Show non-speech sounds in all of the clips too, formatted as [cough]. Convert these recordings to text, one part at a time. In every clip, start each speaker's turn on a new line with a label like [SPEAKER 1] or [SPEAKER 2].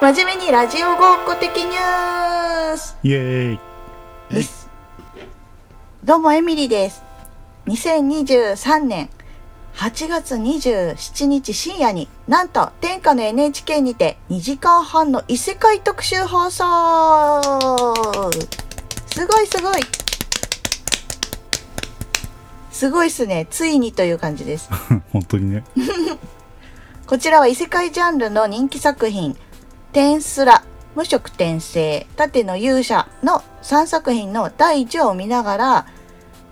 [SPEAKER 1] 真面目にラジオごっこ的ニュース
[SPEAKER 2] イエーイ [laughs]
[SPEAKER 1] です。どうも、エミリーです。2023年8月27日深夜に、なんと、天下の NHK にて2時間半の異世界特集放送すごいすごいすごいっすね。ついにという感じです。
[SPEAKER 2] 本当にね
[SPEAKER 1] こちらは異世界ジャンルの人気作品「天すら」「無色転生」「盾の勇者」の3作品の第1話を見ながら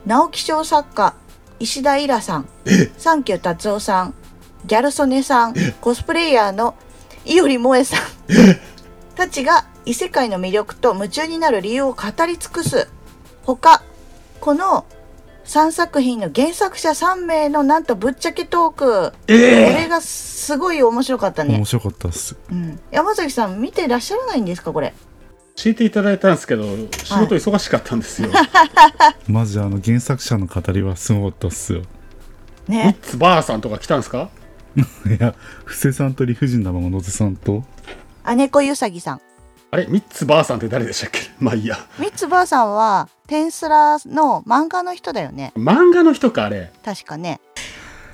[SPEAKER 1] 直木賞作家石田イラさんサンキュー達夫さんギャル曽根さんコスプレイヤーの伊織萌さんたちが異世界の魅力と夢中になる理由を語り尽くすほかこの3作品の原作者3名のなんとぶっちゃけトークこれがすごい面白かったね
[SPEAKER 2] 面。白かったっす
[SPEAKER 1] うん、山崎さん見てらっしゃらないんですかこれ。
[SPEAKER 3] 教えていただいたんですけど仕事忙しかったんで
[SPEAKER 1] [laughs]
[SPEAKER 3] すよ、
[SPEAKER 2] マジあの原作者の語りはすごかったっすよ [laughs]
[SPEAKER 3] ミッ
[SPEAKER 1] ね。
[SPEAKER 3] ツバーさんとか来たんですか
[SPEAKER 2] いや布施さんと理不尽なまま野瀬さんと
[SPEAKER 1] 姉子ゆさぎさん。
[SPEAKER 3] あれミッツバーさんって誰でしたっけ [laughs] まあいいや
[SPEAKER 1] ミッツばあさんはテンスラの漫画の人だよね。
[SPEAKER 3] 漫画の人かあれ
[SPEAKER 1] 確かね。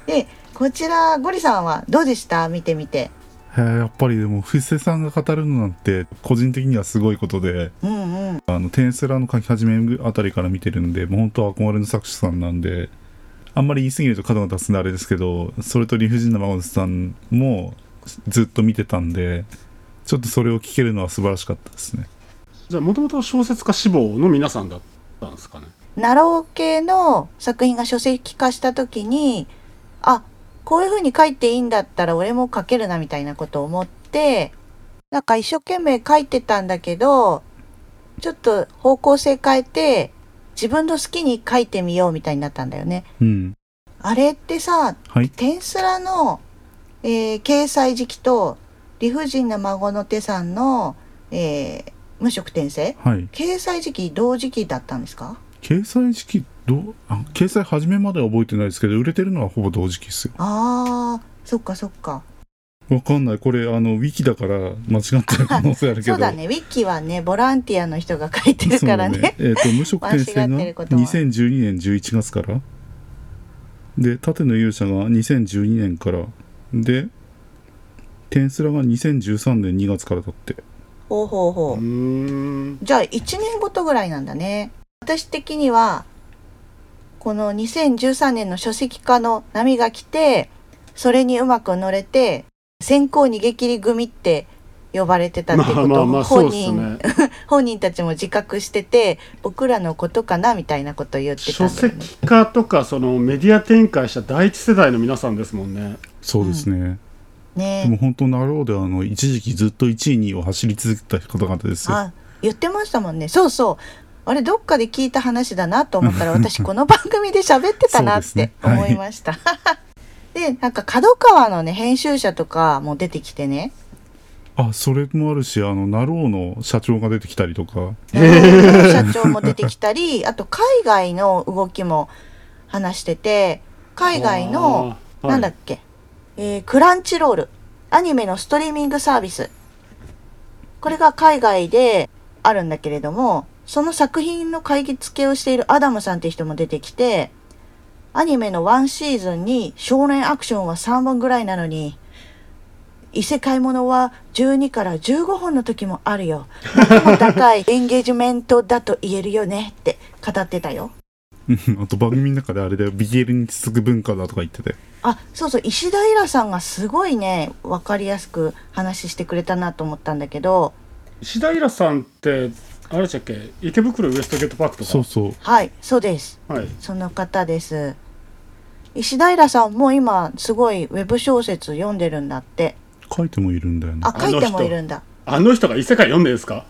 [SPEAKER 1] でこちらゴリさんはどうでした見てみて。
[SPEAKER 2] へえやっぱりでも布施さんが語るのなんて個人的にはすごいことで
[SPEAKER 1] うんうん。
[SPEAKER 2] あのテンスラの書き始めあたりから見てるんでもう本当憧れの作者さんなんであんまり言い過ぎると角が立つんであれですけどそれと理不尽なまま野瀬さんもずっと見てたんでちょっとそれを聞けるのは素晴らしかったですね
[SPEAKER 3] じゃあもともと小説家志望の皆さんだったんですかね
[SPEAKER 1] ナロー系の作品が書籍化した時にあこういう風に書いていいんだったら俺も書けるなみたいなことを思ってなんか一生懸命書いてたんだけどちょっと方向性変えて自分の好きに書いてみようみたいになったんだよね。
[SPEAKER 2] うん
[SPEAKER 1] あれってさ
[SPEAKER 2] はい
[SPEAKER 1] テンスラの、えー掲載時期と理不尽な孫の手さんの、えー無色転生
[SPEAKER 2] はい
[SPEAKER 1] 掲載時期同時期だったんですか
[SPEAKER 2] 掲載時期どうあ掲載始めまでは覚えてないですけど売れてるのはほぼ同時期ですよ
[SPEAKER 1] ああ、そっかそっか。
[SPEAKER 2] わかんないこれあのウィキだから間違ってる可能性あるけ
[SPEAKER 1] [laughs] そ
[SPEAKER 2] ど
[SPEAKER 1] うだね、ウィキはね、ボランティアの人が書いてるから
[SPEAKER 2] [laughs] そうね
[SPEAKER 1] ね。
[SPEAKER 2] えっと無職転生が
[SPEAKER 1] 間違ってることは
[SPEAKER 2] 2012年11月からで盾の勇者が2012年からで天スラが2013年2月からだって
[SPEAKER 1] ほうほう
[SPEAKER 3] う
[SPEAKER 1] ほ
[SPEAKER 3] ー
[SPEAKER 1] う。
[SPEAKER 3] ん
[SPEAKER 1] じゃあ1年ごとぐらいなんだね。私的には、この2013年の書籍化の波が来て、それにうまく乗れて、先行逃げ切り組って呼ばれてたって
[SPEAKER 3] ま
[SPEAKER 1] こと
[SPEAKER 3] あまあま
[SPEAKER 1] を
[SPEAKER 3] あそう
[SPEAKER 1] 本
[SPEAKER 3] です
[SPEAKER 1] 人、
[SPEAKER 3] ね
[SPEAKER 1] 本人たちも自覚してて、僕らのことかなみたいなことを言ってた
[SPEAKER 3] 書
[SPEAKER 1] んだよね。
[SPEAKER 3] 籍家とかそのメディア展開した第一世代の皆さんですもんね
[SPEAKER 2] そうですね、でも
[SPEAKER 1] ね
[SPEAKER 2] 本当なろうであの一時期ずっと1位2位を走り続けた方々ですよ
[SPEAKER 1] あ言ってましたもんねそうそうあれどっかで聞いた話だなと思
[SPEAKER 2] [laughs]
[SPEAKER 1] ったら私この番組で喋ってたなっ
[SPEAKER 2] そうで
[SPEAKER 1] て
[SPEAKER 2] すねはい
[SPEAKER 1] 思いました。 [laughs] でなんか角川のね編集者とかも出てきてね
[SPEAKER 2] あそれもあるしあのなろうの社長が出てきたりとか
[SPEAKER 1] 社長も出てきたりあと海外の動きも話してて海外の
[SPEAKER 3] あーは
[SPEAKER 1] ないんだっけ、えークランチロールアニメのストリーミングサービスこれが海外であるんだけれどもその作品の会議付けをしているアダムさんって人も出てきてアニメのワンシーズンに少年アクションは3本ぐらいなのに異世界ものは12から15本の時もあるよ。最も高いエンゲージメントだと言えるよねって語ってたよ。
[SPEAKER 2] うん [laughs] あと番組の中であれだよビゲルに続く文化だとか言ってて
[SPEAKER 1] あそうそう石田イラさんがすごいね分かりやすく話してくれたなと思ったんだけど
[SPEAKER 3] 石田イラさんってあれでしたっけ池袋ウエストゲートパークとか
[SPEAKER 2] そうそう
[SPEAKER 1] はいそうです
[SPEAKER 3] はい
[SPEAKER 1] その方です石田イラさんも今すごいウェブ小説読んでるんだって
[SPEAKER 2] 書いてもいるんだよね
[SPEAKER 1] あ書
[SPEAKER 3] あの人
[SPEAKER 1] いてもいるんだ
[SPEAKER 3] あの人が異世界読んでるんですか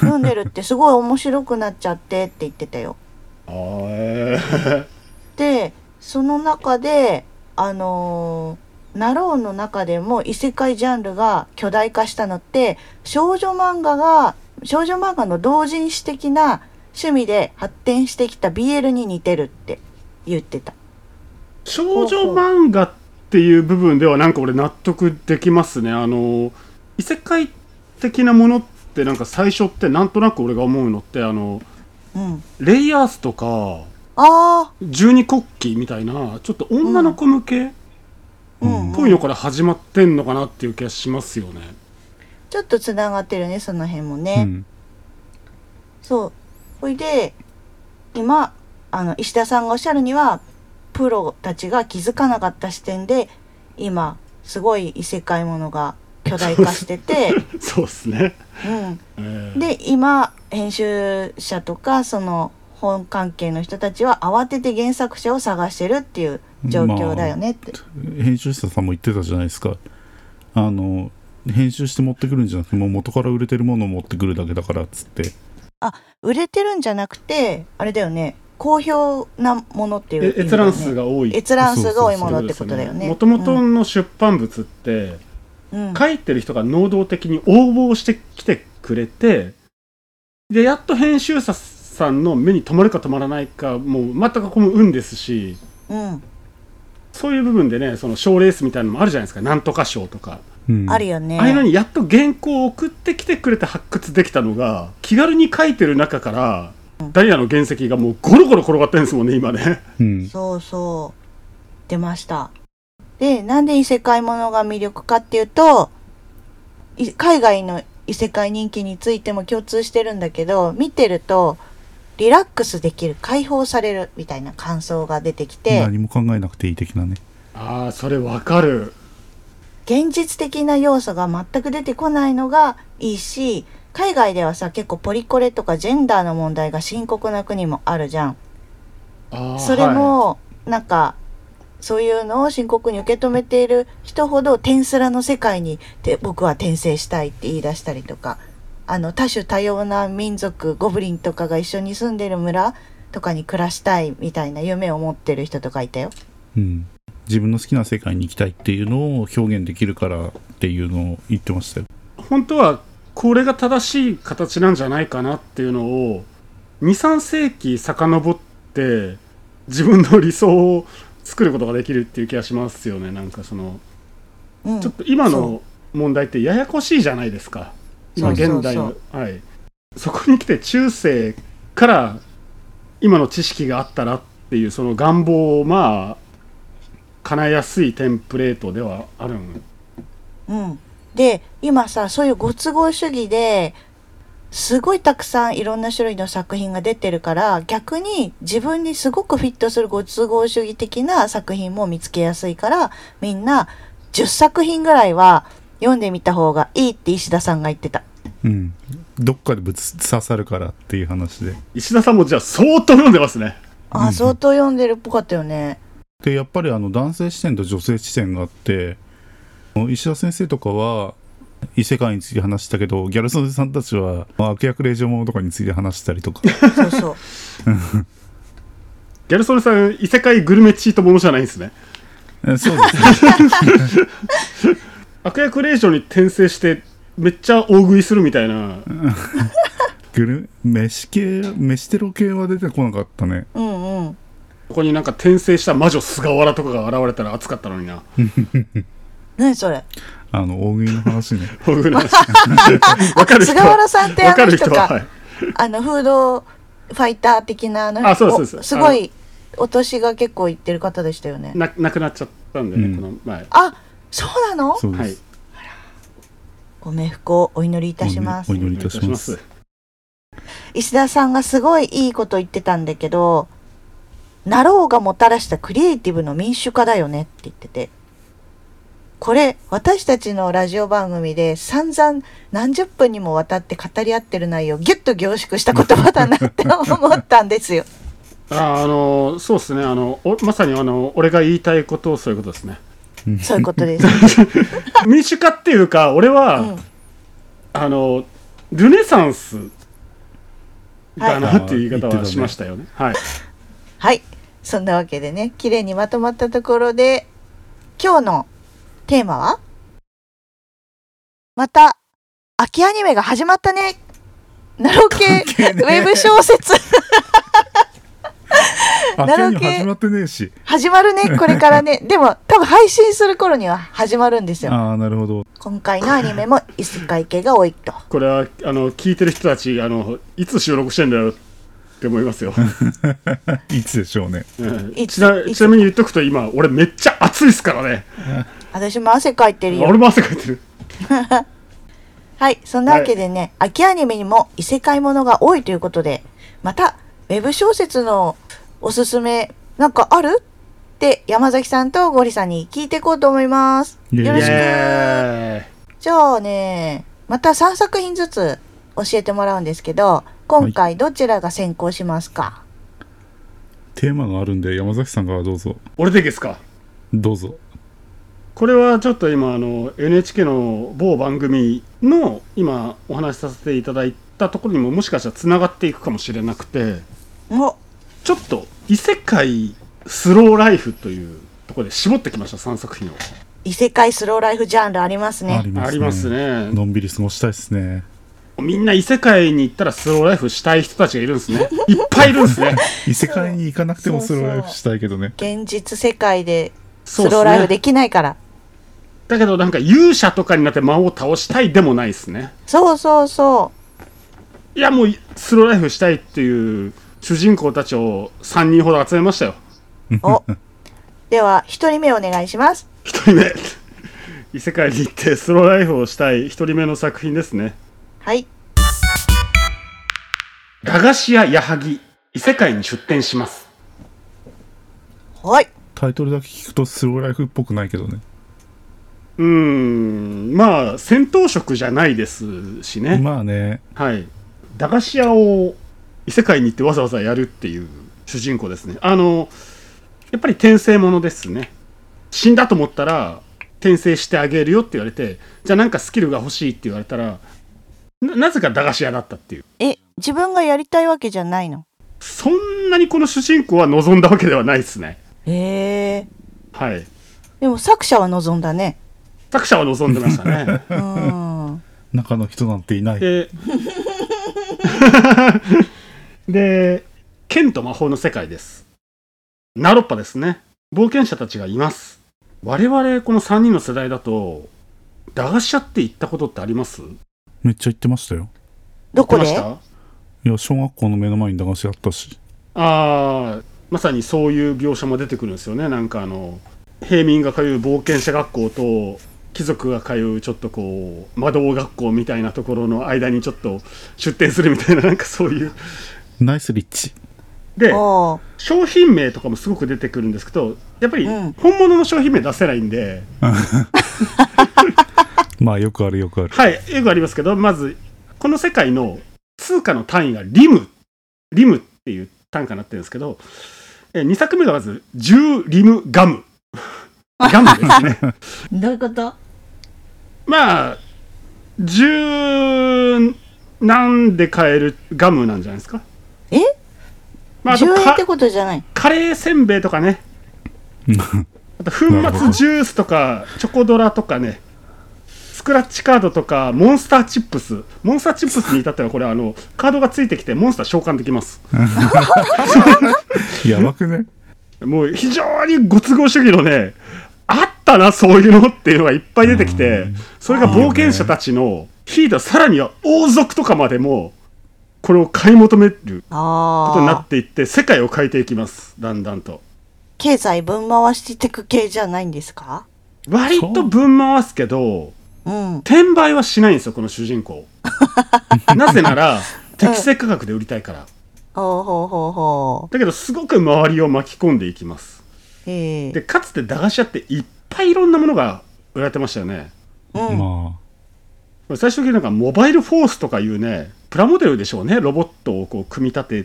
[SPEAKER 1] 読んでるってすごい面白くなっちゃってって言ってたよ
[SPEAKER 3] あーえー
[SPEAKER 1] でその中であのーナローの中でも異世界ジャンルが巨大化したのって少女漫画が少女漫画の同人誌的な趣味で発展してきた BL に似てるって言ってた。
[SPEAKER 3] 少女漫画っていう部分ではなんか俺納得できますねあの異世界的なものってなんか最初ってなんとなく俺が思うのってあの
[SPEAKER 1] うん。
[SPEAKER 3] レイヤースとか
[SPEAKER 1] ああ、
[SPEAKER 3] 十二国旗みたいなちょっと女の子向けっ
[SPEAKER 1] うん、
[SPEAKER 3] ぽいのから始まってんのかなっていう気がしますよね。
[SPEAKER 1] ちょっとつながってるね、その辺もね。
[SPEAKER 2] うん
[SPEAKER 1] そう。ほいで、今、あの、石田さんがおっしゃるには、プロたちが気づかなかった視点で、今、すごい異世界ものが巨大化して
[SPEAKER 3] [laughs]
[SPEAKER 1] て、
[SPEAKER 3] そうですね。
[SPEAKER 1] うん。
[SPEAKER 3] ええ
[SPEAKER 1] で今編集者とかその本関係の人たちは慌てて原作者を探してるっていう状況だよねって、
[SPEAKER 2] 編集者さんも言ってたじゃないですかあの編集して持ってくるんじゃなくてもう元から売れてるものを持ってくるだけだからっつって
[SPEAKER 1] 売れてるんじゃなくてあれだよね好評なものっていう意
[SPEAKER 3] え
[SPEAKER 1] 味
[SPEAKER 3] 閲
[SPEAKER 1] だよね、
[SPEAKER 3] 覧数が多いって
[SPEAKER 1] 閲覧数が多いものって
[SPEAKER 3] です
[SPEAKER 1] こ
[SPEAKER 3] よ
[SPEAKER 1] とだよね
[SPEAKER 3] もともとの出版物って、
[SPEAKER 1] うんうん
[SPEAKER 3] 書いてる人が能動的に応募してきてくれてでやっと編集者さんの目に留まるか止まらないかもう全くここも運ですし
[SPEAKER 1] うん
[SPEAKER 3] そういう部分でねその賞レースみたいなのもあるじゃないですかなんとか賞とか、
[SPEAKER 2] うん
[SPEAKER 1] あるよね
[SPEAKER 3] ああいうのにやっと原稿を送ってきてくれて発掘できたのが気軽に書いてる中からダリアの原石がもうゴロゴロ転がってるんですもんね今ね。
[SPEAKER 2] うん
[SPEAKER 1] そうそう出ましたでなんで異世界ものが魅力かっていうとい海外の異世界人気についても共通してるんだけど見てるとリラックスできる解放されるみたいな感想が出てきて
[SPEAKER 2] 何も考えなくていい的なね
[SPEAKER 3] ああそれわかる
[SPEAKER 1] 現実的な要素が全く出てこないのがいいし海外ではさ結構ポリコレとかジェンダーの問題が深刻な国もあるじゃん。
[SPEAKER 3] あー
[SPEAKER 1] それ
[SPEAKER 3] はい
[SPEAKER 1] も、なんかそういうのを深刻に受け止めている人ほど「天すらの世界にで僕は転生したい」って言い出したりとかあの多種多様な民族ゴブリンとかが一緒に住んでる村とかに暮らしたいみたいな夢を持ってる人とかいたよ。
[SPEAKER 2] うん自分の好きな世界に行きたいっていうのを表現できるからっていうのを言ってましたよ
[SPEAKER 3] 本当はこれが正しい形なんじゃないかなっていうのを23世紀遡って自分の理想を作ることができるっていう気がしますよねなんかその
[SPEAKER 1] うん
[SPEAKER 3] ちょっと今
[SPEAKER 1] そ
[SPEAKER 3] の問題ってややこしいじゃないですか今
[SPEAKER 2] そう
[SPEAKER 1] そう
[SPEAKER 3] 現代のはい、そこに来て中世から今の知識があったらっていうその願望をまあ叶えやすいテンプレートではあるん
[SPEAKER 1] うん、で今さそういうご都合主義ですごいたくさんいろんな種類の作品が出てるから逆に自分にすごくフィットするご都合主義的な作品も見つけやすいからみんな10作品ぐらいは読んでみた方がいいって石田さんが言ってた。
[SPEAKER 2] うんどっかでぶつ刺さるからっていう話で
[SPEAKER 3] 石田さんもじゃあ相当読んでますね
[SPEAKER 1] あ
[SPEAKER 2] うん
[SPEAKER 1] 相当読んでるっぽかったよね。
[SPEAKER 2] でやっぱりあの男性視点と女性視点があって石田先生とかは異世界について話したけどギャル曽根さんたちはまあ悪役令嬢ものとかについて話した
[SPEAKER 1] [laughs]
[SPEAKER 2] りとか
[SPEAKER 1] そうそう。
[SPEAKER 3] ギャルソネさん、異世界グルメチートものじゃないんですね。
[SPEAKER 2] えそうですね
[SPEAKER 3] 悪役令嬢に転生して、めっちゃ大食いするみたいな。
[SPEAKER 2] グル飯系飯テロ系は出てこなかったね
[SPEAKER 1] うんうん。
[SPEAKER 3] ここになんか転生した魔女菅原とかが現れたら熱かったのにな。
[SPEAKER 1] 何それ。
[SPEAKER 2] あの大食いの
[SPEAKER 1] [laughs]
[SPEAKER 2] 話ね
[SPEAKER 3] こういうふうな話わかる人
[SPEAKER 1] 菅原さんってあ
[SPEAKER 3] わか
[SPEAKER 1] の
[SPEAKER 3] る
[SPEAKER 1] 人
[SPEAKER 3] 人
[SPEAKER 1] か。
[SPEAKER 3] は、はい、
[SPEAKER 1] あのフードファイター的なあの
[SPEAKER 3] あそうですそう
[SPEAKER 1] お
[SPEAKER 3] です
[SPEAKER 1] すごいお年が結構いってる方でしたよね。
[SPEAKER 3] な亡くなっちゃったんでね、
[SPEAKER 2] うん
[SPEAKER 3] この前。
[SPEAKER 1] あそうなの
[SPEAKER 2] そうです、
[SPEAKER 3] はい。
[SPEAKER 1] ご冥福をお祈りいたします
[SPEAKER 2] お。祈りいたします
[SPEAKER 3] お願いいたし
[SPEAKER 1] 石田さんがすごいいいこと言ってたんだけど、なろうがもたらしたクリエイティブの民主化だよねって言ってて。これ、私たちのラジオ番組で散々何十分にもわたって語り合ってる内容をギュッと凝縮した言葉だなって思ったん
[SPEAKER 2] [laughs]
[SPEAKER 1] ですよ。
[SPEAKER 3] ああの、そうですね。あの、おまさにあの、俺が言いたいことをそういうことですね。
[SPEAKER 1] そういうこと
[SPEAKER 2] [laughs]
[SPEAKER 1] です。
[SPEAKER 3] 民主化っていうか、俺は、
[SPEAKER 1] うん
[SPEAKER 3] あの、ルネサンスだなっていう言い方
[SPEAKER 2] はい
[SPEAKER 3] はしましたよね。はい。
[SPEAKER 1] はい。そんなわけでね、綺麗にまとまったところで、今日のテーマはまた、秋アニメが始まったねナロ系ウェブ小説
[SPEAKER 2] あ
[SPEAKER 1] ナロ
[SPEAKER 2] 急
[SPEAKER 1] ケ
[SPEAKER 2] に始まってねえし
[SPEAKER 1] 始まるね、これからね。でも、多分配信する頃には始まるんですよ。
[SPEAKER 2] ああなるほど [laughs]
[SPEAKER 1] 今回のアニメも異世界系が多いと。
[SPEAKER 3] これはあの聞いてる人たちあのいつ収録してんだよって思い [laughs] ますよ
[SPEAKER 2] いつでしょうね
[SPEAKER 3] うん
[SPEAKER 1] いつ
[SPEAKER 3] ちない
[SPEAKER 1] つ
[SPEAKER 3] ちなみに言っとくと今俺めっちゃ暑いっすからね
[SPEAKER 1] 私も汗かいてるよ。
[SPEAKER 3] 俺も汗かいてる
[SPEAKER 1] はい、そんなわけでね、秋アニメにも異世界ものが多いということで、また、ウェブ小説のおすすめ、なんかあるって山崎さんとゴリさんに聞いていこうと思います。
[SPEAKER 2] イエーイ
[SPEAKER 1] よろ
[SPEAKER 3] イ
[SPEAKER 1] しく。
[SPEAKER 3] エ
[SPEAKER 1] じゃあね、また3作品ずつ教えてもらうんですけど、今回どちらが先行しますか、
[SPEAKER 2] テーマがあるんで山崎さんからどうぞ
[SPEAKER 3] ーイ俺でですか
[SPEAKER 2] どうぞ
[SPEAKER 3] これはちょっと今あの NHK の某番組の今お話しさせていただいたところにももしかしたらつながっていくかもしれなくて
[SPEAKER 1] お、
[SPEAKER 3] ちょっと異世界スローライフというところで絞ってきました3作品を、
[SPEAKER 1] 異世界スローライフジャンルありますね。
[SPEAKER 3] ありますね
[SPEAKER 2] のんびり過ごしたいですね
[SPEAKER 3] みんな異世界に行ったらスローライフしたい人たちがいるんですねいっぱいいるんです
[SPEAKER 1] [laughs]
[SPEAKER 3] ね
[SPEAKER 2] 異世界に行かなくても
[SPEAKER 1] そう
[SPEAKER 2] スローライフしたいけどね
[SPEAKER 1] 現実世界でス
[SPEAKER 3] そうっすね
[SPEAKER 1] ローライフできないから。
[SPEAKER 3] だけどなんか勇者とかになって魔王を倒したいでもないですね
[SPEAKER 1] そうそうそう。
[SPEAKER 3] いやもうスローライフしたいっていう主人公たちを3人ほど集めましたよ
[SPEAKER 1] おでは一人目お願いします
[SPEAKER 3] 1人目異世界に行ってスローライフをしたい1人目の作品ですね
[SPEAKER 1] はい
[SPEAKER 3] 駄菓子屋矢作異世界に出店します
[SPEAKER 1] はい
[SPEAKER 2] タイトルだけ聞くとスローライフっぽくないけどね
[SPEAKER 3] うーんまあ戦闘職じゃないですしね、
[SPEAKER 2] まあね
[SPEAKER 3] はい駄菓子屋を異世界に行ってわざわざやるっていう主人公ですねあのやっぱり転生ものですね死んだと思ったら転生してあげるよって言われてじゃあなんかスキルが欲しいって言われたらななぜか駄菓子屋だったっていう
[SPEAKER 1] え自分がやりたいわけじゃないの
[SPEAKER 3] そんなにこの主人公は望んだわけではないですね
[SPEAKER 1] へえ
[SPEAKER 3] はい
[SPEAKER 1] でも作者は望んだ [laughs] ね
[SPEAKER 3] 作者は望んでましたね
[SPEAKER 1] うーん
[SPEAKER 2] 中の人なんていない
[SPEAKER 3] で [laughs] で剣と魔法の世界ですナロッパですね冒険者たちがいます我々この3人の世代だと駄菓子屋って行ったことってあります
[SPEAKER 2] めっちゃ言ってましたよ
[SPEAKER 1] どこ
[SPEAKER 3] 行っ
[SPEAKER 1] で
[SPEAKER 3] てました
[SPEAKER 2] いや小学校の目の前に駄菓子あったし
[SPEAKER 3] ああまさにそういう描写も出てくるんですよねなんかあの平民が通う冒険者学校と貴族が通うちょっとこう魔導学校みたいなところの間にちょっと出店するみたいななんかそういう
[SPEAKER 2] ナイスリッチ
[SPEAKER 3] で
[SPEAKER 1] おー
[SPEAKER 3] 商品名とかもすごく出てくるんですけどやっぱり
[SPEAKER 1] うん
[SPEAKER 3] 本物の商品名出せないんで、
[SPEAKER 2] まあよくあるよくある
[SPEAKER 3] はいよくありますけどまずこの世界の通貨の単位がリムリムっていう単価になってるんですけど2作目がまず10リムガムガムですね
[SPEAKER 1] [laughs] どういうこと
[SPEAKER 3] まあ10なんで買えるガムなんじゃないですか
[SPEAKER 1] え
[SPEAKER 3] まあ、あと
[SPEAKER 1] 10円って
[SPEAKER 3] か
[SPEAKER 1] ことじゃない
[SPEAKER 3] カレーせんべいとかねあと粉末
[SPEAKER 2] なるほど
[SPEAKER 3] ジュースとかチョコドラとかねスクラッチカードとかモンスターチップスモンスターチップスに至ってはこれあのカードがついてきてモンスター召喚で
[SPEAKER 2] [laughs]
[SPEAKER 3] きます
[SPEAKER 2] やばくね
[SPEAKER 3] もう非常にご都合主義のねあったなそういうのっていうのがいっぱい出てきてそれが冒険者たちのひいてはさらには王族とかまでもこれを買い求めるこ
[SPEAKER 1] あ
[SPEAKER 3] とになっ
[SPEAKER 1] あ
[SPEAKER 3] ていって世界を変えていきますだんだんと
[SPEAKER 1] 経済分回していく系じゃないんですか
[SPEAKER 3] 割と分回すけど
[SPEAKER 1] うん
[SPEAKER 3] 転売はしないんですよこの主人
[SPEAKER 1] [laughs]
[SPEAKER 3] 公なぜなら適正価格で売りたいから、
[SPEAKER 1] ほうほうほうほ
[SPEAKER 3] だけどすごく周りを巻き込んでいきます
[SPEAKER 1] うへ
[SPEAKER 3] で
[SPEAKER 1] え
[SPEAKER 3] かつて駄菓子屋っていっぱいいろんなものが売られてましたよね
[SPEAKER 1] [laughs] うん、
[SPEAKER 2] ま
[SPEAKER 3] これ最終的になんかモバイルフォースとかいうねプラモデルでしょうねロボットをこう組み立て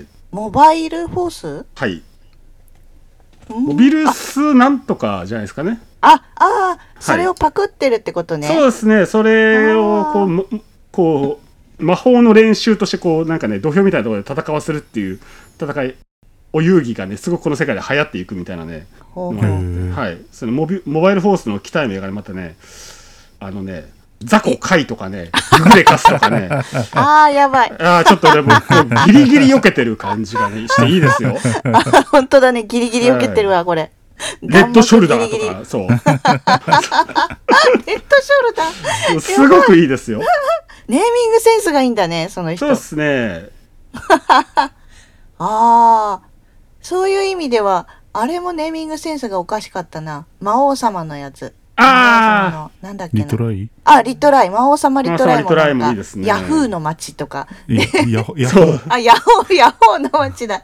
[SPEAKER 3] て
[SPEAKER 1] モバイルフォース
[SPEAKER 3] はい
[SPEAKER 1] うん
[SPEAKER 3] モビルスなんとかじゃないですかね
[SPEAKER 1] ああーそれをパクってるってことね、
[SPEAKER 3] そうですねそれをこ
[SPEAKER 1] あー
[SPEAKER 3] うむこう魔法の練習としてこうなんかね土俵みたいなところで戦わせるっていう戦いお遊戯がねすごくこの世界で流行っていくみたいなね、
[SPEAKER 1] ほう
[SPEAKER 2] あへ
[SPEAKER 1] ほう
[SPEAKER 2] え
[SPEAKER 3] はいそのモビモバイルフォースの機体名がねまたねあのねザコカイとかねグレカスとかね。
[SPEAKER 1] ああ、やばい。
[SPEAKER 3] ああ、ちょっと俺もうギリギリ避けてる感じがね、していいで
[SPEAKER 1] [laughs]
[SPEAKER 3] すよ。 [laughs]
[SPEAKER 1] あ本当だね。ギリギリ避けてるわ、これ。
[SPEAKER 3] レッドショルダ
[SPEAKER 1] ギ
[SPEAKER 3] ー
[SPEAKER 1] リギ
[SPEAKER 3] と
[SPEAKER 1] リ
[SPEAKER 3] か、
[SPEAKER 1] [laughs]
[SPEAKER 3] そう。
[SPEAKER 1] レッドショルダー。 [laughs]
[SPEAKER 3] すごくいいですよ。
[SPEAKER 1] ネーミングセンスがいいんだね、その人。
[SPEAKER 3] そうですね。
[SPEAKER 1] ああ、そういう意味では、あれもネーミングセンスがおかしかったな。魔王様のやつ。
[SPEAKER 3] あ
[SPEAKER 1] 魔王様のなんだっけな
[SPEAKER 2] リトライ
[SPEAKER 1] あ、リトライ。魔王様リトライも
[SPEAKER 3] 魔王様リトラ
[SPEAKER 1] な
[SPEAKER 3] イも
[SPEAKER 1] ん
[SPEAKER 3] いい
[SPEAKER 1] か
[SPEAKER 3] ですね
[SPEAKER 1] ヤフーの街とか。
[SPEAKER 2] いや、い
[SPEAKER 3] あ、
[SPEAKER 1] [laughs]
[SPEAKER 2] や、
[SPEAKER 3] そう。
[SPEAKER 1] あ、ヤホー、ヤホーの街だ。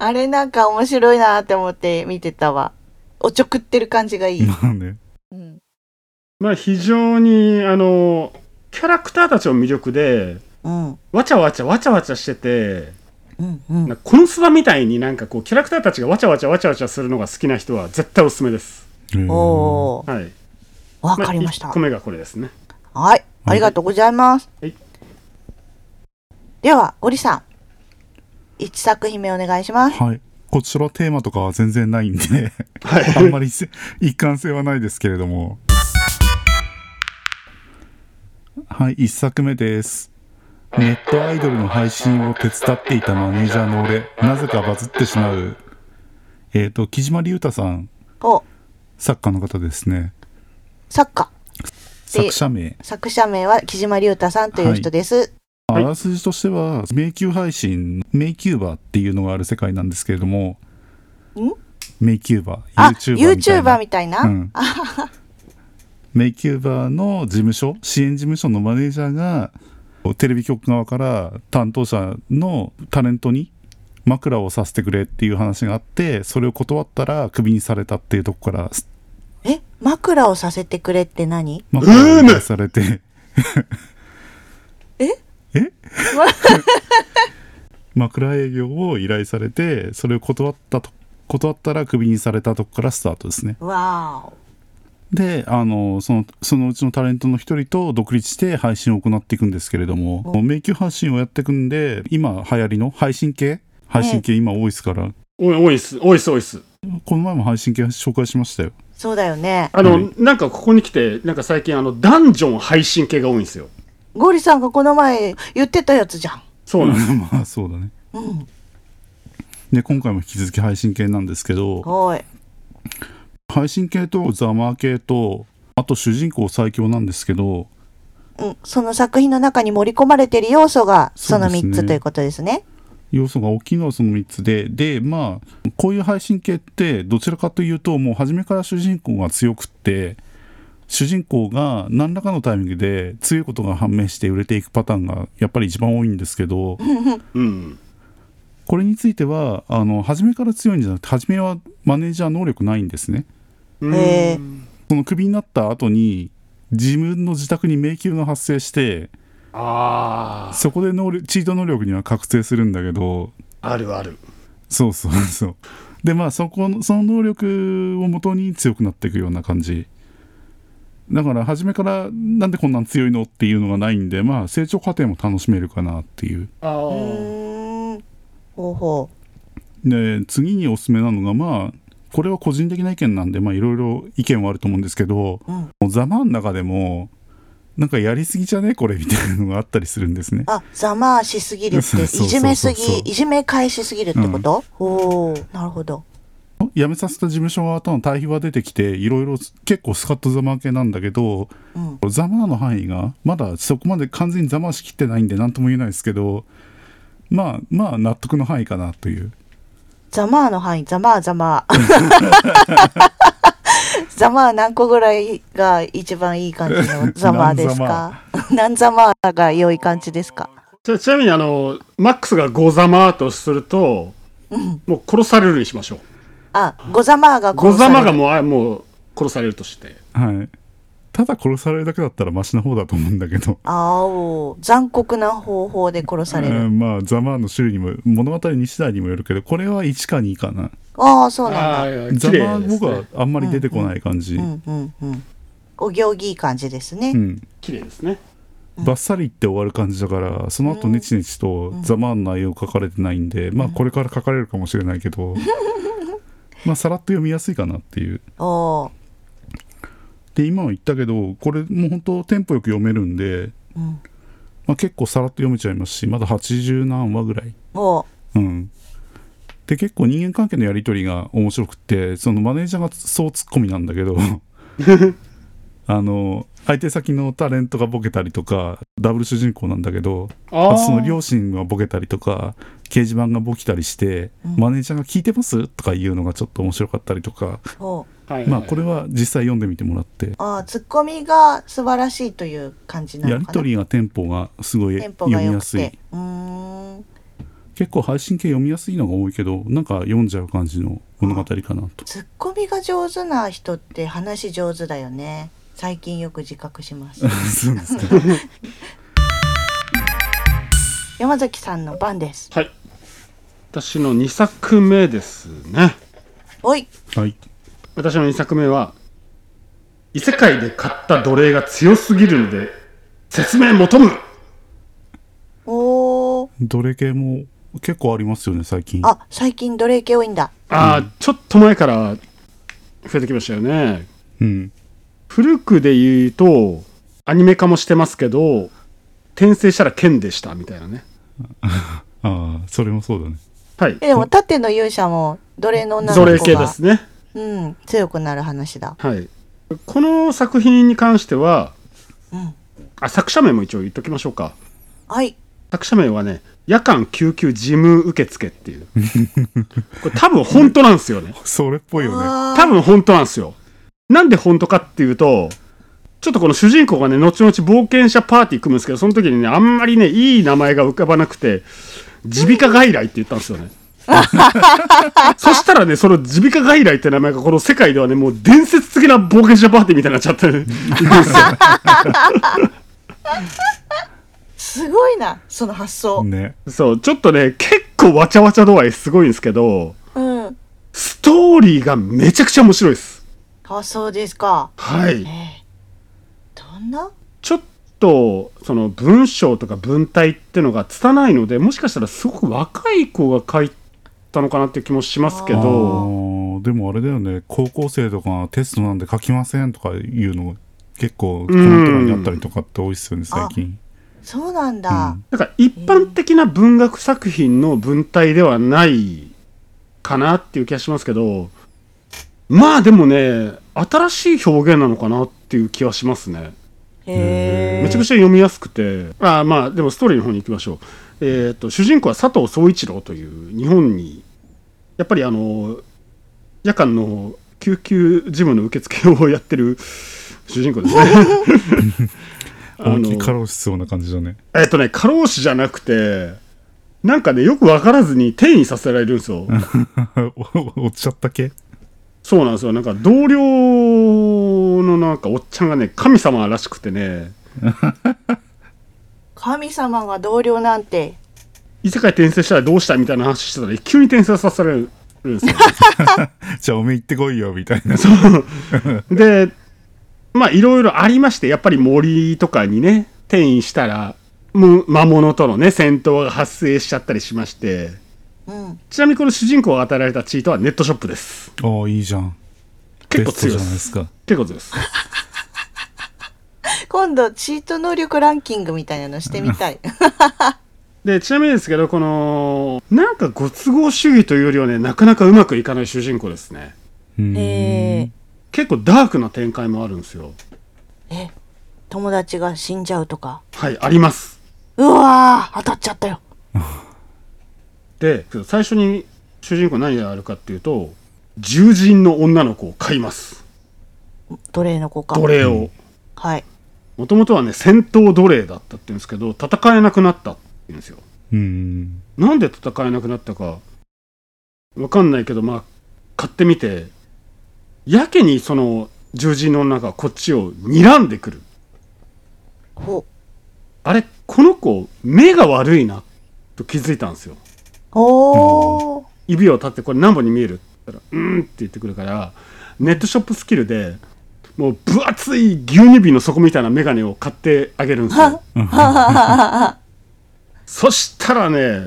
[SPEAKER 1] あれなんか面白いなって思って見てたわ。おちょくってる感じがいい。
[SPEAKER 2] まあね。
[SPEAKER 1] うん。
[SPEAKER 3] まあ非常に、あの、キャラクターたちの魅力で、
[SPEAKER 1] うん。
[SPEAKER 3] わちゃわちゃわちゃわちゃしてて、
[SPEAKER 1] うん。うん。
[SPEAKER 3] なんかコンスバみたいになんかこう、キャラクターたちがわちゃわちゃわちゃわちゃするのが好きな人は絶対おすすめです。
[SPEAKER 2] へー
[SPEAKER 1] おー。
[SPEAKER 3] はい。
[SPEAKER 1] わかりました
[SPEAKER 3] あ、1。個目がこれですね。
[SPEAKER 1] はい。ありがとうございます。
[SPEAKER 3] はい
[SPEAKER 1] では、ゴリさん。一作品目お願いします。
[SPEAKER 2] はい。こちらのテーマとかは全然ないんで、
[SPEAKER 3] は
[SPEAKER 2] [laughs] あん
[SPEAKER 3] い。
[SPEAKER 2] まりせ一貫性はないですけれども。はい、一作目です。ネットアイドルの配信を手伝っていたマネージャーの俺、なぜかバズってしまう。えっ、と、木島隆太さん、
[SPEAKER 1] お、
[SPEAKER 2] 作家の方ですね。
[SPEAKER 1] 作家。
[SPEAKER 2] 作者名。
[SPEAKER 1] 作者名は木島隆太さんという人です。
[SPEAKER 2] あ
[SPEAKER 3] はい
[SPEAKER 2] らすじとしては、迷宮配信、迷宮バーっていうのがある世界なんですけれども、
[SPEAKER 1] ん
[SPEAKER 2] 迷宮バ
[SPEAKER 1] あ、
[SPEAKER 2] ー、YouTuber みた
[SPEAKER 1] YouTuber。
[SPEAKER 2] いな
[SPEAKER 1] みたいな。
[SPEAKER 2] うんメイキューバーの事務所支援事務所のマネージャーがテレビ局側から担当者のタレントに枕をさせてくれっていう話があってそれを断ったらクビにされたっていうとこからす
[SPEAKER 1] え、枕をさせてくれって何
[SPEAKER 2] 枕を [laughs] 出されて
[SPEAKER 1] え
[SPEAKER 2] え [laughs] 枕営業を依頼されてそれを断ったと断ったらクビにされたとこからスタートですね
[SPEAKER 1] わ
[SPEAKER 2] であのそのそのうちのタレントの一人と独立して配信を行っていくんですけれども
[SPEAKER 1] お
[SPEAKER 2] 迷宮配信をやっていくんで今流行りの配信系配信系今多いですから
[SPEAKER 3] 多い多いっす、多いっす、多いっす。
[SPEAKER 2] この前も配信系紹介しましたよ
[SPEAKER 1] お、
[SPEAKER 2] [laughs]
[SPEAKER 1] そうだよね。
[SPEAKER 3] あの、
[SPEAKER 2] はい
[SPEAKER 3] なんかここに来て、なんか最近あの、ダンジョン配信系が多いんですよ。
[SPEAKER 1] ゴリさんがこの前言ってたやつじゃん。
[SPEAKER 3] そうなんです。
[SPEAKER 2] まあそうだね
[SPEAKER 1] うん。
[SPEAKER 2] で今回も引き続き配信系なんですけど
[SPEAKER 1] おい。
[SPEAKER 2] 配信系とザマー系とあと主人公最強なんですけど
[SPEAKER 1] うん、その作品の中に盛り込まれている要素がその
[SPEAKER 2] そうですね
[SPEAKER 1] 3つということですね。
[SPEAKER 2] 要素が大きいのはその3つででまあこういう配信系ってどちらかというともう初めから主人公が強くって主人公が何らかのタイミングで強いことが判明して売れていくパターンがやっぱり一番多いんですけど
[SPEAKER 3] うん。
[SPEAKER 2] これについてはあの初めから強いんじゃなくて初めはマネージャー能力ないんですね。
[SPEAKER 3] うん
[SPEAKER 1] へー
[SPEAKER 2] そのクビになった後に自分の自宅に迷宮が発生して
[SPEAKER 3] あ
[SPEAKER 2] そこで能力チート能力には覚醒するんだけど
[SPEAKER 3] あ、あるある。
[SPEAKER 2] そうそうそう。でまあそこのその能力をもとに強くなっていくような感じ。だから初めからなんでこんなん強いのっていうのがないんでまあ成長過程も楽しめるかなっていう。
[SPEAKER 3] あ
[SPEAKER 1] う
[SPEAKER 3] ー
[SPEAKER 1] ーん。ほうほ
[SPEAKER 2] で次におすすめなのがまあこれは個人的な意見なんでまあいろいろ意見はあると思うんですけど、
[SPEAKER 1] うん
[SPEAKER 2] もうザマンの中でもなんかやりすぎじゃねこれみたいなのがあったりするんですね
[SPEAKER 1] う。。あ、ざまあしすぎるって、
[SPEAKER 2] そう
[SPEAKER 1] い
[SPEAKER 2] そうそうそ
[SPEAKER 1] じ
[SPEAKER 2] う
[SPEAKER 1] めすぎ、いじめ返しすぎるってこと、おーなるほど。
[SPEAKER 2] 辞めさせた事務所側との対比は出てきていろいろ結構スカッとザマー系なんだけど、
[SPEAKER 1] うん
[SPEAKER 2] ザマーの範囲がまだそこまで完全にザマーしきってないんで何とも言えないですけどまあまあ納得の範囲かなという
[SPEAKER 1] ざまあの範囲、ざまあざまあ。 [laughs] ざまあ何個ぐらいが一番いい感じ
[SPEAKER 2] [laughs]
[SPEAKER 1] のざまあですか何ざまあが良い感じですか
[SPEAKER 3] じゃあちなみにあの、マックスがゴざまーとすると、
[SPEAKER 1] うん。
[SPEAKER 3] もう殺されるにしましょう。
[SPEAKER 1] あ、ござまあが
[SPEAKER 3] ゴ
[SPEAKER 1] 殺さ
[SPEAKER 3] ざ
[SPEAKER 1] れる
[SPEAKER 3] まがもう、あもう殺されるとして。
[SPEAKER 2] はいただ殺されるだけだったらマシな方だと思うんだけど
[SPEAKER 1] あお残酷な方法で殺され
[SPEAKER 2] う
[SPEAKER 1] る。
[SPEAKER 2] んまあザマーの種類にも物語に次第にもよるけどこれは1か2かな、
[SPEAKER 1] ああ、そうなん
[SPEAKER 3] あ
[SPEAKER 1] だ。
[SPEAKER 3] あー、
[SPEAKER 2] ザ
[SPEAKER 3] 綺
[SPEAKER 2] マ
[SPEAKER 3] 麗
[SPEAKER 2] ー
[SPEAKER 3] です
[SPEAKER 2] 僕は
[SPEAKER 3] ね。
[SPEAKER 2] あんまり出てこない感じ、
[SPEAKER 1] うんうんうん。お行儀いい感じですね。
[SPEAKER 2] うん
[SPEAKER 3] 綺麗ですね。
[SPEAKER 2] バッサリって終わる感じだからその後ネチネチと「ザ・マン」の内容書かれてないんで、まあこれから書かれるかもしれないけ [laughs] どまあさらっと読みやすいかなっていう。
[SPEAKER 1] おお
[SPEAKER 2] で今は言ったけどこれもう本当テンポよく読めるんで
[SPEAKER 1] ー、うん。
[SPEAKER 2] まあ、結構さらっと読めちゃいますしまだ80何話ぐらい
[SPEAKER 1] おう
[SPEAKER 2] うん、で結構人間関係のやり取りが面白くってそのマネージャーがそうツッコミなんだけど [laughs] あの相手先のタレントがボケたりとかダブル主人公なんだけど
[SPEAKER 3] あ
[SPEAKER 2] あ
[SPEAKER 3] あ
[SPEAKER 2] とその両親がボケたりとか掲示板がボケたりして、
[SPEAKER 1] うん
[SPEAKER 2] マネージャーが「聞いてます?」とか言うのがちょっと面白かったりとか、
[SPEAKER 1] おう
[SPEAKER 3] はいはい
[SPEAKER 2] まあこれは実際読んでみてもらって
[SPEAKER 1] ああツッコミが素晴らしいという感じなの
[SPEAKER 2] や
[SPEAKER 1] かな
[SPEAKER 2] り取りがテンポがすごい
[SPEAKER 1] テンポ
[SPEAKER 2] 読
[SPEAKER 1] が
[SPEAKER 2] み
[SPEAKER 1] 良
[SPEAKER 2] や
[SPEAKER 1] く
[SPEAKER 2] すい
[SPEAKER 1] てうーん
[SPEAKER 2] 結構配信系読みやすいのが多いけどなんか読んじゃう感じの物語かな
[SPEAKER 1] [laughs]
[SPEAKER 2] と。
[SPEAKER 1] ツッコミが上手な人って話上手だよね最近よく自覚し
[SPEAKER 2] [laughs]
[SPEAKER 1] ます
[SPEAKER 2] そうですか
[SPEAKER 1] 山崎さんの番です
[SPEAKER 3] はい私の2作目ですね
[SPEAKER 1] おい
[SPEAKER 2] はい。
[SPEAKER 3] 私の2作目は異世界で買った奴隷が強すぎるので説明求む
[SPEAKER 1] おー
[SPEAKER 2] 奴隷系も結構ありますよね、最近。
[SPEAKER 1] あ最近奴隷系多いんだ
[SPEAKER 3] ああ、ちょっと前から増えてきましたよね
[SPEAKER 2] うん。
[SPEAKER 3] 古くで言うとアニメ化もしてますけど転生したら剣でしたみたいなね
[SPEAKER 2] ああ、それもそうだね。
[SPEAKER 3] はい
[SPEAKER 1] えでも盾の勇者も奴隷の女
[SPEAKER 3] 奴
[SPEAKER 1] の
[SPEAKER 3] 隷
[SPEAKER 1] 子
[SPEAKER 3] 系で
[SPEAKER 1] が、
[SPEAKER 3] すね
[SPEAKER 1] うん、強くなる話だ
[SPEAKER 3] はいこの作品に関しては
[SPEAKER 1] うん
[SPEAKER 3] あ作者名も一応言っときましょうか
[SPEAKER 1] はい
[SPEAKER 3] 作者名はね夜間救急事務受付って
[SPEAKER 1] [laughs]
[SPEAKER 3] いうこれ多分本当なんですよね
[SPEAKER 2] それっぽいよね。
[SPEAKER 1] あー
[SPEAKER 3] 多分本当なんですよなんで本当かっていうとちょっとこの主人公がね後々冒険者パーティー組むんですけどその時にねあんまりねいい名前が浮かばなくて耳鼻科外来って言ったんですよねそしたらねその耳鼻科外来って名前がこの世界ではねもう伝説的な冒険者パーティーみたいになっちゃってる
[SPEAKER 1] すごいなその発想、
[SPEAKER 2] ね。
[SPEAKER 3] そうちょっとね結構わちゃわちゃ度合いすごいんですけど
[SPEAKER 1] うん
[SPEAKER 3] ストーリーがめちゃくちゃ面白いです
[SPEAKER 1] あそうですか
[SPEAKER 3] はい
[SPEAKER 1] ええどんな
[SPEAKER 3] ちょっとその文章とか文体ってのが拙いのでもしかしたらすごく若い子が書いたのかなっていう気もしますけ
[SPEAKER 2] ああ
[SPEAKER 3] ど
[SPEAKER 2] ー、でもあれだよね。高校生とかテストなんで書きませんとかいうの結構コメント欄にあったりとかって多いっすよね、最近。
[SPEAKER 1] そうなんだ、
[SPEAKER 2] うん
[SPEAKER 3] なんか一般的な文学作品の文体ではないかなっていう気がしますけどまあでもね新しい表現なのかなっていう気はしますね。
[SPEAKER 1] へえ
[SPEAKER 3] めちゃくちゃ読みやすくて、あーまあでもストーリーの方に行きましょう。えーと主人公は佐藤総一郎という日本にやっぱりあの夜間の救急事務の受付をやってる主人公ですね。 [laughs] あ
[SPEAKER 2] 大きい
[SPEAKER 3] の
[SPEAKER 2] 過労しそうな感じだね。 [laughs]
[SPEAKER 3] えっとね過労死じゃなくてなんかねよく分からずに転移させられるんですよ。
[SPEAKER 2] おっちゃった系
[SPEAKER 3] そうなんですよなんか同僚のなんかおっちゃんがね神様らしくてね
[SPEAKER 1] 神様が同僚なんて
[SPEAKER 3] 異世界転生したらどうしたいみたいな話してたら急に転生させられるん [laughs] ですよ。
[SPEAKER 2] [laughs] じゃあおめえ行ってこいよ、みたいな。
[SPEAKER 3] でまあいろいろありましてやっぱり森とかにね転移したらむ魔物とのね戦闘が発生しちゃったりしまして
[SPEAKER 1] うん
[SPEAKER 3] ちなみにこの主人公が与えられたチートはネットショップです
[SPEAKER 2] ああ、いいじゃん。
[SPEAKER 3] 結構
[SPEAKER 2] ベスト
[SPEAKER 3] 強
[SPEAKER 2] じ
[SPEAKER 3] いで
[SPEAKER 2] ゃないですすか。
[SPEAKER 3] 結構強いです
[SPEAKER 1] 今度チート能力ランキングみたいなのしてみたい [laughs]
[SPEAKER 3] でちなみにですけどこのなんかご都合主義というよりはねなかなかうまくいかない主人公ですね
[SPEAKER 2] うん
[SPEAKER 1] へえ
[SPEAKER 3] 結構ダークな展開もあるんですよ
[SPEAKER 1] え友達が死んじゃうとか
[SPEAKER 3] はいあります
[SPEAKER 1] うわー当たっちゃったよ
[SPEAKER 3] で最初に主人公何があるかっていうと獣人の女の子を買います
[SPEAKER 1] 奴隷の子か
[SPEAKER 3] 奴隷を、
[SPEAKER 1] はい
[SPEAKER 3] もともとはね戦闘奴隷だったって言うんですけど戦えなくなったって言うんですよ
[SPEAKER 2] うん。
[SPEAKER 3] なんで戦えなくなったかわかんないけどまあ買ってみてやけにその獣人の女がこっちを睨んでくる
[SPEAKER 1] ほ
[SPEAKER 3] あれこの子目が悪いなと気づいたんですよ
[SPEAKER 1] おー
[SPEAKER 3] 指を立ってこれ何本に見えるって言ったら「うーん」って言ってくるからネットショップスキルでもう分厚い牛乳瓶の底みたいな眼鏡を買ってあげるんですよそしたらね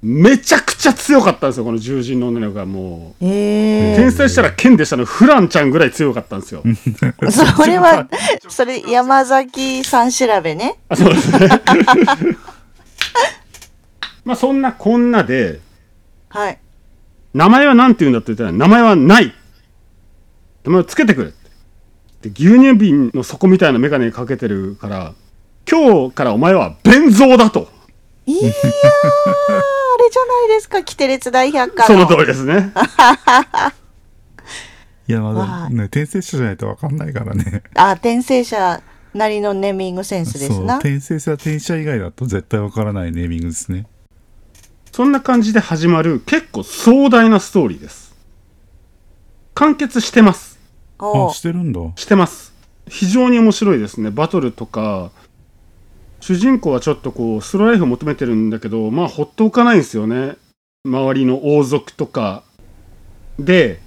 [SPEAKER 3] めちゃくちゃ強かったんですよこの獣人の女の子がもう
[SPEAKER 1] ええ
[SPEAKER 3] 転生したら剣でしたのフランちゃんぐらい強かったんですよ
[SPEAKER 1] [laughs] それは、それ山崎さん調べね。
[SPEAKER 3] あそうですね [laughs] まあそんなこんなで
[SPEAKER 1] はい。
[SPEAKER 3] 名前は何て言うんだって言ったら名前はない名前をつけてくれってで牛乳瓶の底みたいな眼鏡かけてるから今日からお前は弁蔵だと
[SPEAKER 1] いやー、あれじゃないですか、キテレツ大百科
[SPEAKER 3] そ
[SPEAKER 1] の。
[SPEAKER 3] の通りですね
[SPEAKER 2] いや、ま
[SPEAKER 1] わ
[SPEAKER 2] だ、
[SPEAKER 1] あ
[SPEAKER 2] ね、転生者じゃないと分かんないからね。
[SPEAKER 1] あ、転生者なりのネーミングセンスで
[SPEAKER 2] そ
[SPEAKER 1] す
[SPEAKER 2] う、
[SPEAKER 1] な。
[SPEAKER 2] 転生者、転者以外だと絶対分からないネーミングですね。
[SPEAKER 3] そんな感じで始まる結構壮大なストーリーです完結してます
[SPEAKER 1] お
[SPEAKER 2] あ、
[SPEAKER 1] う
[SPEAKER 2] してるん
[SPEAKER 3] [laughs]
[SPEAKER 2] だ。
[SPEAKER 3] してます非常に面白いですねバトルとか主人公はちょっとこうスローライフを求めてるんだけどまあほっとおかないんですよね周りの王族とかで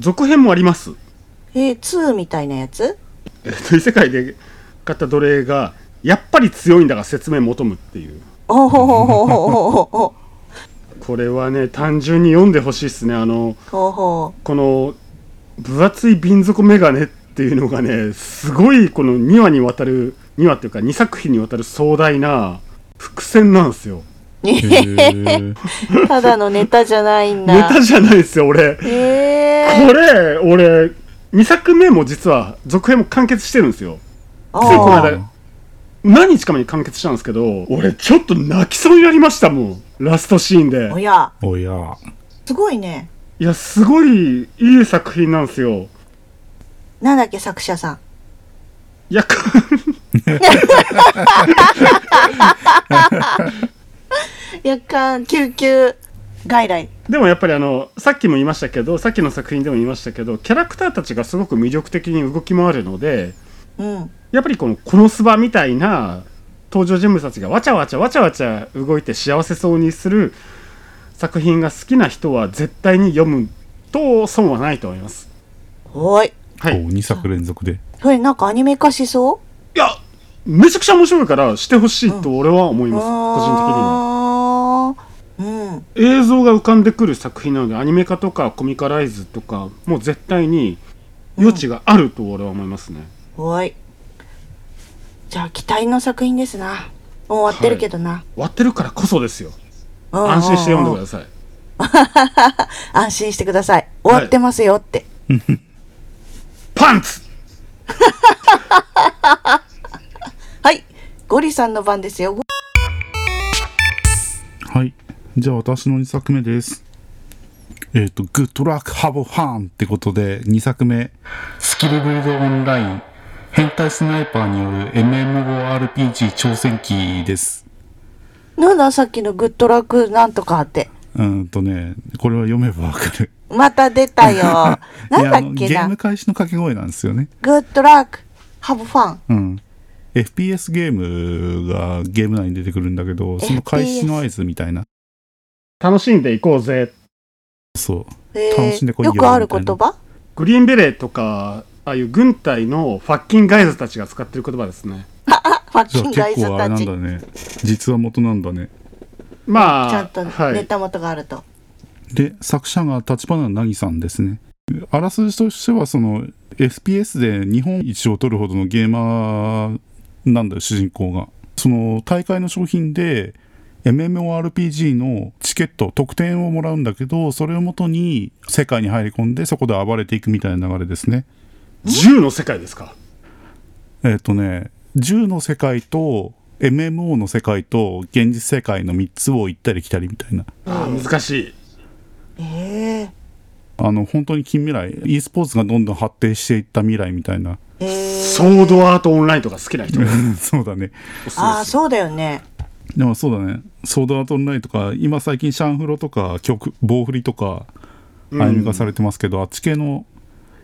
[SPEAKER 3] 続編もあります [laughs]
[SPEAKER 1] えー、2みたいなやつ
[SPEAKER 3] えっと異世界で買った奴隷がやっぱり強いんだが説明求むっていう
[SPEAKER 1] おおほほほほほほ
[SPEAKER 3] これはね単純に読んでほしいですねあの
[SPEAKER 1] ほほ
[SPEAKER 3] この分厚い瓶底メガネっていうのがねすごいこの2話にわたる2話っていうか2作品にわたる壮大な伏線なんですよ
[SPEAKER 2] へ
[SPEAKER 3] [laughs]
[SPEAKER 2] ー
[SPEAKER 1] ただのネタじゃないんだ。
[SPEAKER 3] ネタじゃないですよ俺こ
[SPEAKER 1] えー、
[SPEAKER 3] れ俺2作目も実は続編も完結してるんですよ
[SPEAKER 1] お
[SPEAKER 3] ついこの
[SPEAKER 1] ー
[SPEAKER 3] 間何日か前に完結したんですけど俺ちょっと泣きそうになりましたもんラストシーンで
[SPEAKER 1] おや、
[SPEAKER 2] おや。
[SPEAKER 1] すごいね。
[SPEAKER 3] いやすごいいい作品なんですよ
[SPEAKER 1] なんだっけ、作者さん。
[SPEAKER 3] いや、こ
[SPEAKER 1] 夜間救急外来。
[SPEAKER 3] でもやっぱりあのさっきも言いましたけどさっきの作品でも言いましたけどキャラクターたちがすごく魅力的に動き回るので
[SPEAKER 1] うん。
[SPEAKER 3] やっぱりこのこのスバみたいな登場人物たちがわちゃわちゃわちゃわちゃ動いて幸せそうにする作品が好きな人は絶対に読むと損はないと思います。
[SPEAKER 1] おい。
[SPEAKER 3] はい、い
[SPEAKER 2] お2作連続で。
[SPEAKER 1] これなんかアニメ化しそ
[SPEAKER 3] やめちゃくちゃ面白いからしてほしいと俺は思いうます、個人的には。
[SPEAKER 1] 的には。うん。
[SPEAKER 3] 映像が浮かんでくる作品なのでアニメ化とかコミカライズとかもう絶対に余地があると俺は思いますね、
[SPEAKER 1] おい。じゃあ期待の作品ですな。もう終わってるけどな。
[SPEAKER 3] 割ってるからこそですよ
[SPEAKER 1] うんうんうん
[SPEAKER 3] 安心して読んでください
[SPEAKER 1] 安心してください。終わってますよって。
[SPEAKER 3] パンツ
[SPEAKER 1] はい。ゴリさんの番ですよ。
[SPEAKER 2] はい。じゃあ私の2作目です。えっ、と、グッドラックハブファンってことで、2作目、スキルビルドオンライン、変態スナイパーによる MMORPG 挑戦記です。
[SPEAKER 1] なんださっきのグッドラックなんとかって。
[SPEAKER 2] うーんとね、これは読めばわかる。
[SPEAKER 1] また出
[SPEAKER 2] [laughs]
[SPEAKER 1] たよ。なんだっ
[SPEAKER 2] い
[SPEAKER 1] け
[SPEAKER 2] やあのゲー
[SPEAKER 1] な
[SPEAKER 2] ム。開始の掛け声なんですよね。
[SPEAKER 1] グッドラック、ハブファン。
[SPEAKER 2] うん。FPS ゲームがゲーム内に出てくるんだけど、その開始の合図みたいな。
[SPEAKER 3] 楽しんでいこうぜ
[SPEAKER 2] そう。
[SPEAKER 1] え
[SPEAKER 2] 楽しんでこいよ
[SPEAKER 1] よくある言
[SPEAKER 2] みたい
[SPEAKER 1] 葉 [laughs]
[SPEAKER 3] グリーンベレーとかああいう軍隊のファッキンガイズたちが使ってる言葉ですね
[SPEAKER 1] ファッ
[SPEAKER 2] じ
[SPEAKER 1] キ
[SPEAKER 2] ゃあ
[SPEAKER 1] ン
[SPEAKER 2] 結
[SPEAKER 1] ガイズ
[SPEAKER 2] 構あれ
[SPEAKER 1] た
[SPEAKER 2] なん
[SPEAKER 1] ち。
[SPEAKER 2] だね。実は元なんだね。
[SPEAKER 3] まあ
[SPEAKER 1] ちゃんと
[SPEAKER 3] は
[SPEAKER 1] ネ
[SPEAKER 3] い、
[SPEAKER 1] タ元があると。
[SPEAKER 2] で作者が立花凪さんですねあらすじとしてはその FPS で日本一を取るほどのゲーマーなんだよ主人公がその大会の商品で MMORPG のチケット特典をもらうんだけどそれをもとに世界に入り込んでそこで暴れていくみたいな流れですね
[SPEAKER 3] 銃の世界ですか
[SPEAKER 2] えっ、とね銃の世界と MMO の世界と現実世界の3つを行ったり来たりみたいな
[SPEAKER 3] ああ難しい
[SPEAKER 1] え
[SPEAKER 2] あの本当に近未来 e スポーツがどんどん発展していった未来みたいな [laughs]
[SPEAKER 1] ええ
[SPEAKER 3] ソードアートオンラインとか好きな人が
[SPEAKER 2] そうだね
[SPEAKER 3] おすすめ
[SPEAKER 1] あ
[SPEAKER 3] で
[SPEAKER 1] あ、
[SPEAKER 3] す
[SPEAKER 1] そうだよね。
[SPEAKER 2] でもそうだねソードアートオンラインとか今最近シャンフロとか曲棒振りとかアニメ化されてますけど、あっち系の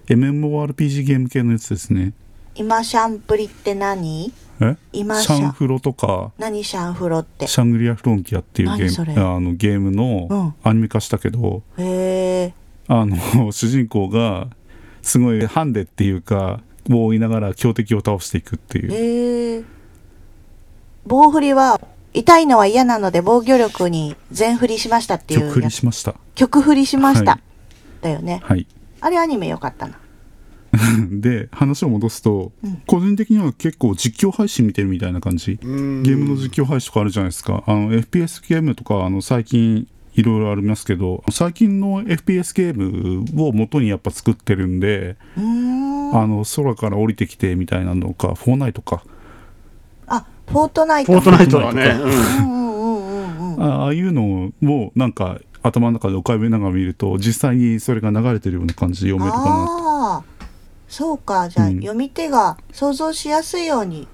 [SPEAKER 2] MMORPG ゲーム系のやつですね
[SPEAKER 1] 今シャンプリって何
[SPEAKER 2] え
[SPEAKER 1] 今
[SPEAKER 2] シ
[SPEAKER 1] シャン
[SPEAKER 2] ャンフロとか
[SPEAKER 1] 何シャンフロって。
[SPEAKER 2] シャングリアフロンティアっていうゲ
[SPEAKER 1] 何それ
[SPEAKER 2] ームあのゲームのアニメ化したけど、
[SPEAKER 1] へえ。
[SPEAKER 2] あの [laughs] 主人公がすごいハンデっていうか棒を追いながら強敵を倒していくっていう
[SPEAKER 1] へえ。棒振りは痛いのは嫌なので防御力に全振りしましたっていう
[SPEAKER 2] 曲振
[SPEAKER 1] や
[SPEAKER 2] り
[SPEAKER 1] つ
[SPEAKER 2] しました
[SPEAKER 1] 曲振りしました、
[SPEAKER 2] はい
[SPEAKER 1] だよね
[SPEAKER 2] はい
[SPEAKER 1] あれアニメよかったな
[SPEAKER 2] で話を戻すと、個人的には結構実況配信見てるみたいな感じ、
[SPEAKER 3] うん
[SPEAKER 2] ゲームの実況配信とかあるじゃないですかあの FPS ゲームとかあの最近いろいろありますけど最近の FPS ゲームを元にやっぱ作ってるんで、
[SPEAKER 1] うーん
[SPEAKER 2] あの空から降りてきてみたいなのか「フォーナイトか」
[SPEAKER 1] あフォートナイト
[SPEAKER 3] フォートナイトだね、
[SPEAKER 2] フ
[SPEAKER 3] うん
[SPEAKER 1] うんうんうんうんうん
[SPEAKER 2] あああいうのをなんか頭の中で浮かべながら見ると実際にそれが流れてるような感じで読めるかなと
[SPEAKER 1] ああそうかじゃあ、
[SPEAKER 2] うん
[SPEAKER 1] 読み手が想像しやすいように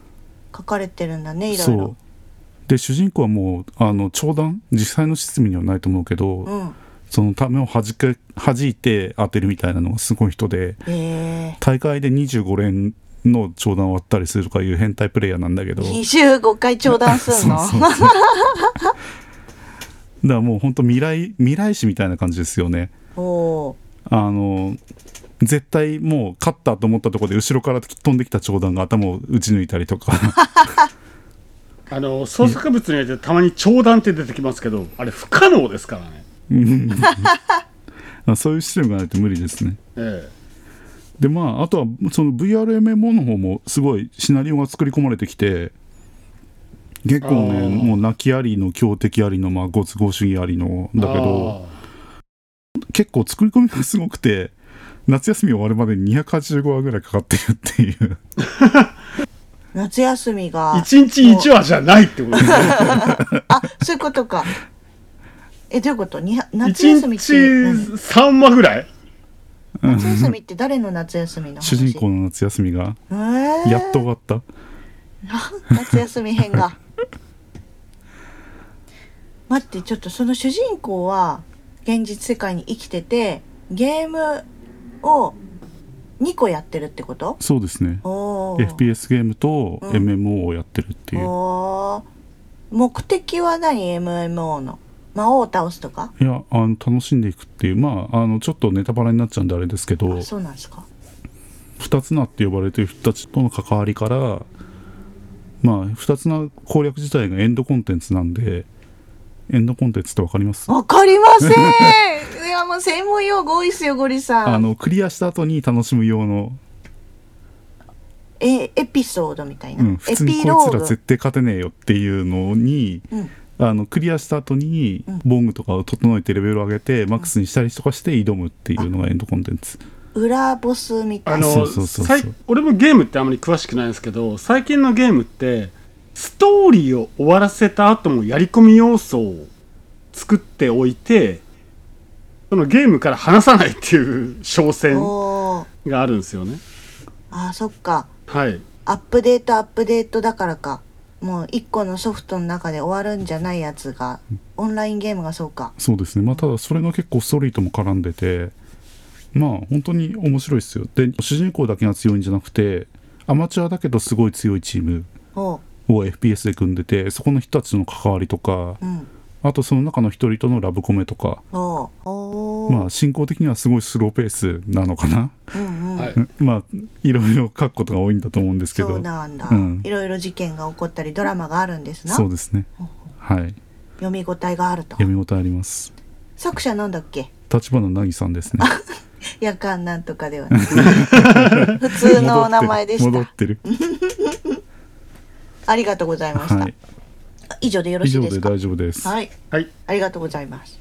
[SPEAKER 1] 書かれてるんだねいろい
[SPEAKER 2] そう
[SPEAKER 1] ろ
[SPEAKER 2] で主人公はもうあの長弾実際の質にはないと思うけど、
[SPEAKER 1] うん
[SPEAKER 2] そのためを弾け弾いて当てるみたいなのがすごい人で
[SPEAKER 1] え
[SPEAKER 2] 大会で25連の長弾を割ったりするとかいう変態プレイヤーなんだけど
[SPEAKER 1] え25回頂戴するの
[SPEAKER 2] そうそうそうだからもう本当未来未来史みたいな感じですよね
[SPEAKER 1] お [laughs] お
[SPEAKER 2] あの絶対もう勝ったと思ったところで後ろから飛んできた長弾が頭を打ち抜いたり
[SPEAKER 1] [laughs]
[SPEAKER 2] とか
[SPEAKER 3] あの創作物によってたまに長弾って出てきますけどあれ不可能ですからね
[SPEAKER 2] [laughs] そういうシステムがないと無理ですね
[SPEAKER 3] え
[SPEAKER 2] でまああとはその VRMMO の方もすごいシナリオが作り込まれてきて結構
[SPEAKER 3] あ
[SPEAKER 2] ね
[SPEAKER 3] ー
[SPEAKER 2] もう泣きありの強敵ありのまあご都合主義ありの
[SPEAKER 3] え
[SPEAKER 2] だけど結構作り込みがすごくて夏休み終わるまでに285話ぐらいかかってるっ
[SPEAKER 1] [laughs]
[SPEAKER 2] ていう
[SPEAKER 1] 夏休みが
[SPEAKER 3] 1日1話じゃないってことですね
[SPEAKER 1] あそういうことかえどういうことに夏
[SPEAKER 3] 1
[SPEAKER 1] 休みって何
[SPEAKER 3] 日3話ぐらい
[SPEAKER 1] 夏休みって誰の夏休みの話
[SPEAKER 2] 主人公の夏休みが
[SPEAKER 1] えー
[SPEAKER 2] やっと終わった
[SPEAKER 1] あ夏休み編が待ってちょっとその主人公は現実世界に生きててゲームを2個やってるってこと
[SPEAKER 2] そうですね
[SPEAKER 1] おー
[SPEAKER 2] FPS ゲームと
[SPEAKER 1] うん
[SPEAKER 2] MMO をやってるっていう、
[SPEAKER 1] おー目的は何 MMO の魔王を倒すとか
[SPEAKER 2] いやあの楽しんでいくっていうまああのちょっとネタバラになっちゃうんであれですけど
[SPEAKER 1] あそうなんですか
[SPEAKER 2] 二つ名って呼ばれてる人たちとの関わりからまあ二つ名攻略自体がエンドコンテンツなんでエンドコンテンツってわかります
[SPEAKER 1] わかりませ
[SPEAKER 2] [laughs]
[SPEAKER 1] んいやもう専門用語多いっすよゴリさ
[SPEAKER 2] あ
[SPEAKER 1] ん
[SPEAKER 2] のクリアした後に楽しむ用の、
[SPEAKER 1] えエピソードみたいな、
[SPEAKER 2] うん、普
[SPEAKER 1] エ
[SPEAKER 2] 通に
[SPEAKER 1] ピ
[SPEAKER 2] こ
[SPEAKER 1] ロ
[SPEAKER 2] いつ
[SPEAKER 1] ー
[SPEAKER 2] ら
[SPEAKER 1] グ
[SPEAKER 2] 絶対勝てねえよっていうのに
[SPEAKER 1] うん
[SPEAKER 2] あのクリアした後に
[SPEAKER 1] うん
[SPEAKER 2] 防具とかを整えてレベル上げてマックスにしたりとかして挑むっていうのがエンドコンテンツ
[SPEAKER 1] 裏ボスみた
[SPEAKER 3] あ
[SPEAKER 1] いな
[SPEAKER 2] そ
[SPEAKER 3] の
[SPEAKER 2] うそうそうそう
[SPEAKER 3] さい俺もゲームってあまり詳しくないんですけど最近のゲームってストーリーを終わらせた後もやり込み要素を作っておいてそのゲームから離さないっていう [laughs] 商戦
[SPEAKER 1] おー
[SPEAKER 3] があるんですよね
[SPEAKER 1] あそっか
[SPEAKER 3] はい
[SPEAKER 1] アップデートアップデートだからかもう一個のソフトの中で終わるんじゃないやつがオンラインゲームがそうか
[SPEAKER 2] そうですねまあただそれが結構ストーリーとも絡んでてまあ本当に面白いですよで主人公だけが強いんじゃなくてアマチュアだけどすごい強いチーム
[SPEAKER 1] おう
[SPEAKER 2] を FPS で組んでてそこの人たちとの関わりとか
[SPEAKER 1] うん
[SPEAKER 2] あとその中の一人とのラブコメとか
[SPEAKER 1] おうおう、
[SPEAKER 2] まあ進行的にはすごいスローペースなのかな [laughs]
[SPEAKER 1] うんうん、
[SPEAKER 3] はい
[SPEAKER 2] まあいろいろ書くことが多いんだと思うんですけ
[SPEAKER 1] そ
[SPEAKER 2] ど
[SPEAKER 1] うなんだ、
[SPEAKER 2] うん
[SPEAKER 1] いろいろ事件が起こったりドラマがあるんですな
[SPEAKER 2] そうですねはい
[SPEAKER 1] 読み応えがあると
[SPEAKER 2] 読み応えあります
[SPEAKER 1] 作者なんだっけ
[SPEAKER 2] 立花凪さんで
[SPEAKER 1] [laughs]
[SPEAKER 2] すね
[SPEAKER 1] 夜間なんとか
[SPEAKER 2] [laughs]
[SPEAKER 1] ではなく普通のお名前でし
[SPEAKER 2] 戻ったてる
[SPEAKER 1] [laughs]
[SPEAKER 2] 戻ってる
[SPEAKER 1] ありがとうございました、
[SPEAKER 2] はい
[SPEAKER 1] 以上でよろ
[SPEAKER 2] 以
[SPEAKER 1] しい
[SPEAKER 2] 上
[SPEAKER 1] です
[SPEAKER 2] で
[SPEAKER 1] か
[SPEAKER 2] 大丈夫です
[SPEAKER 1] はい
[SPEAKER 3] はい
[SPEAKER 1] ありがとうございます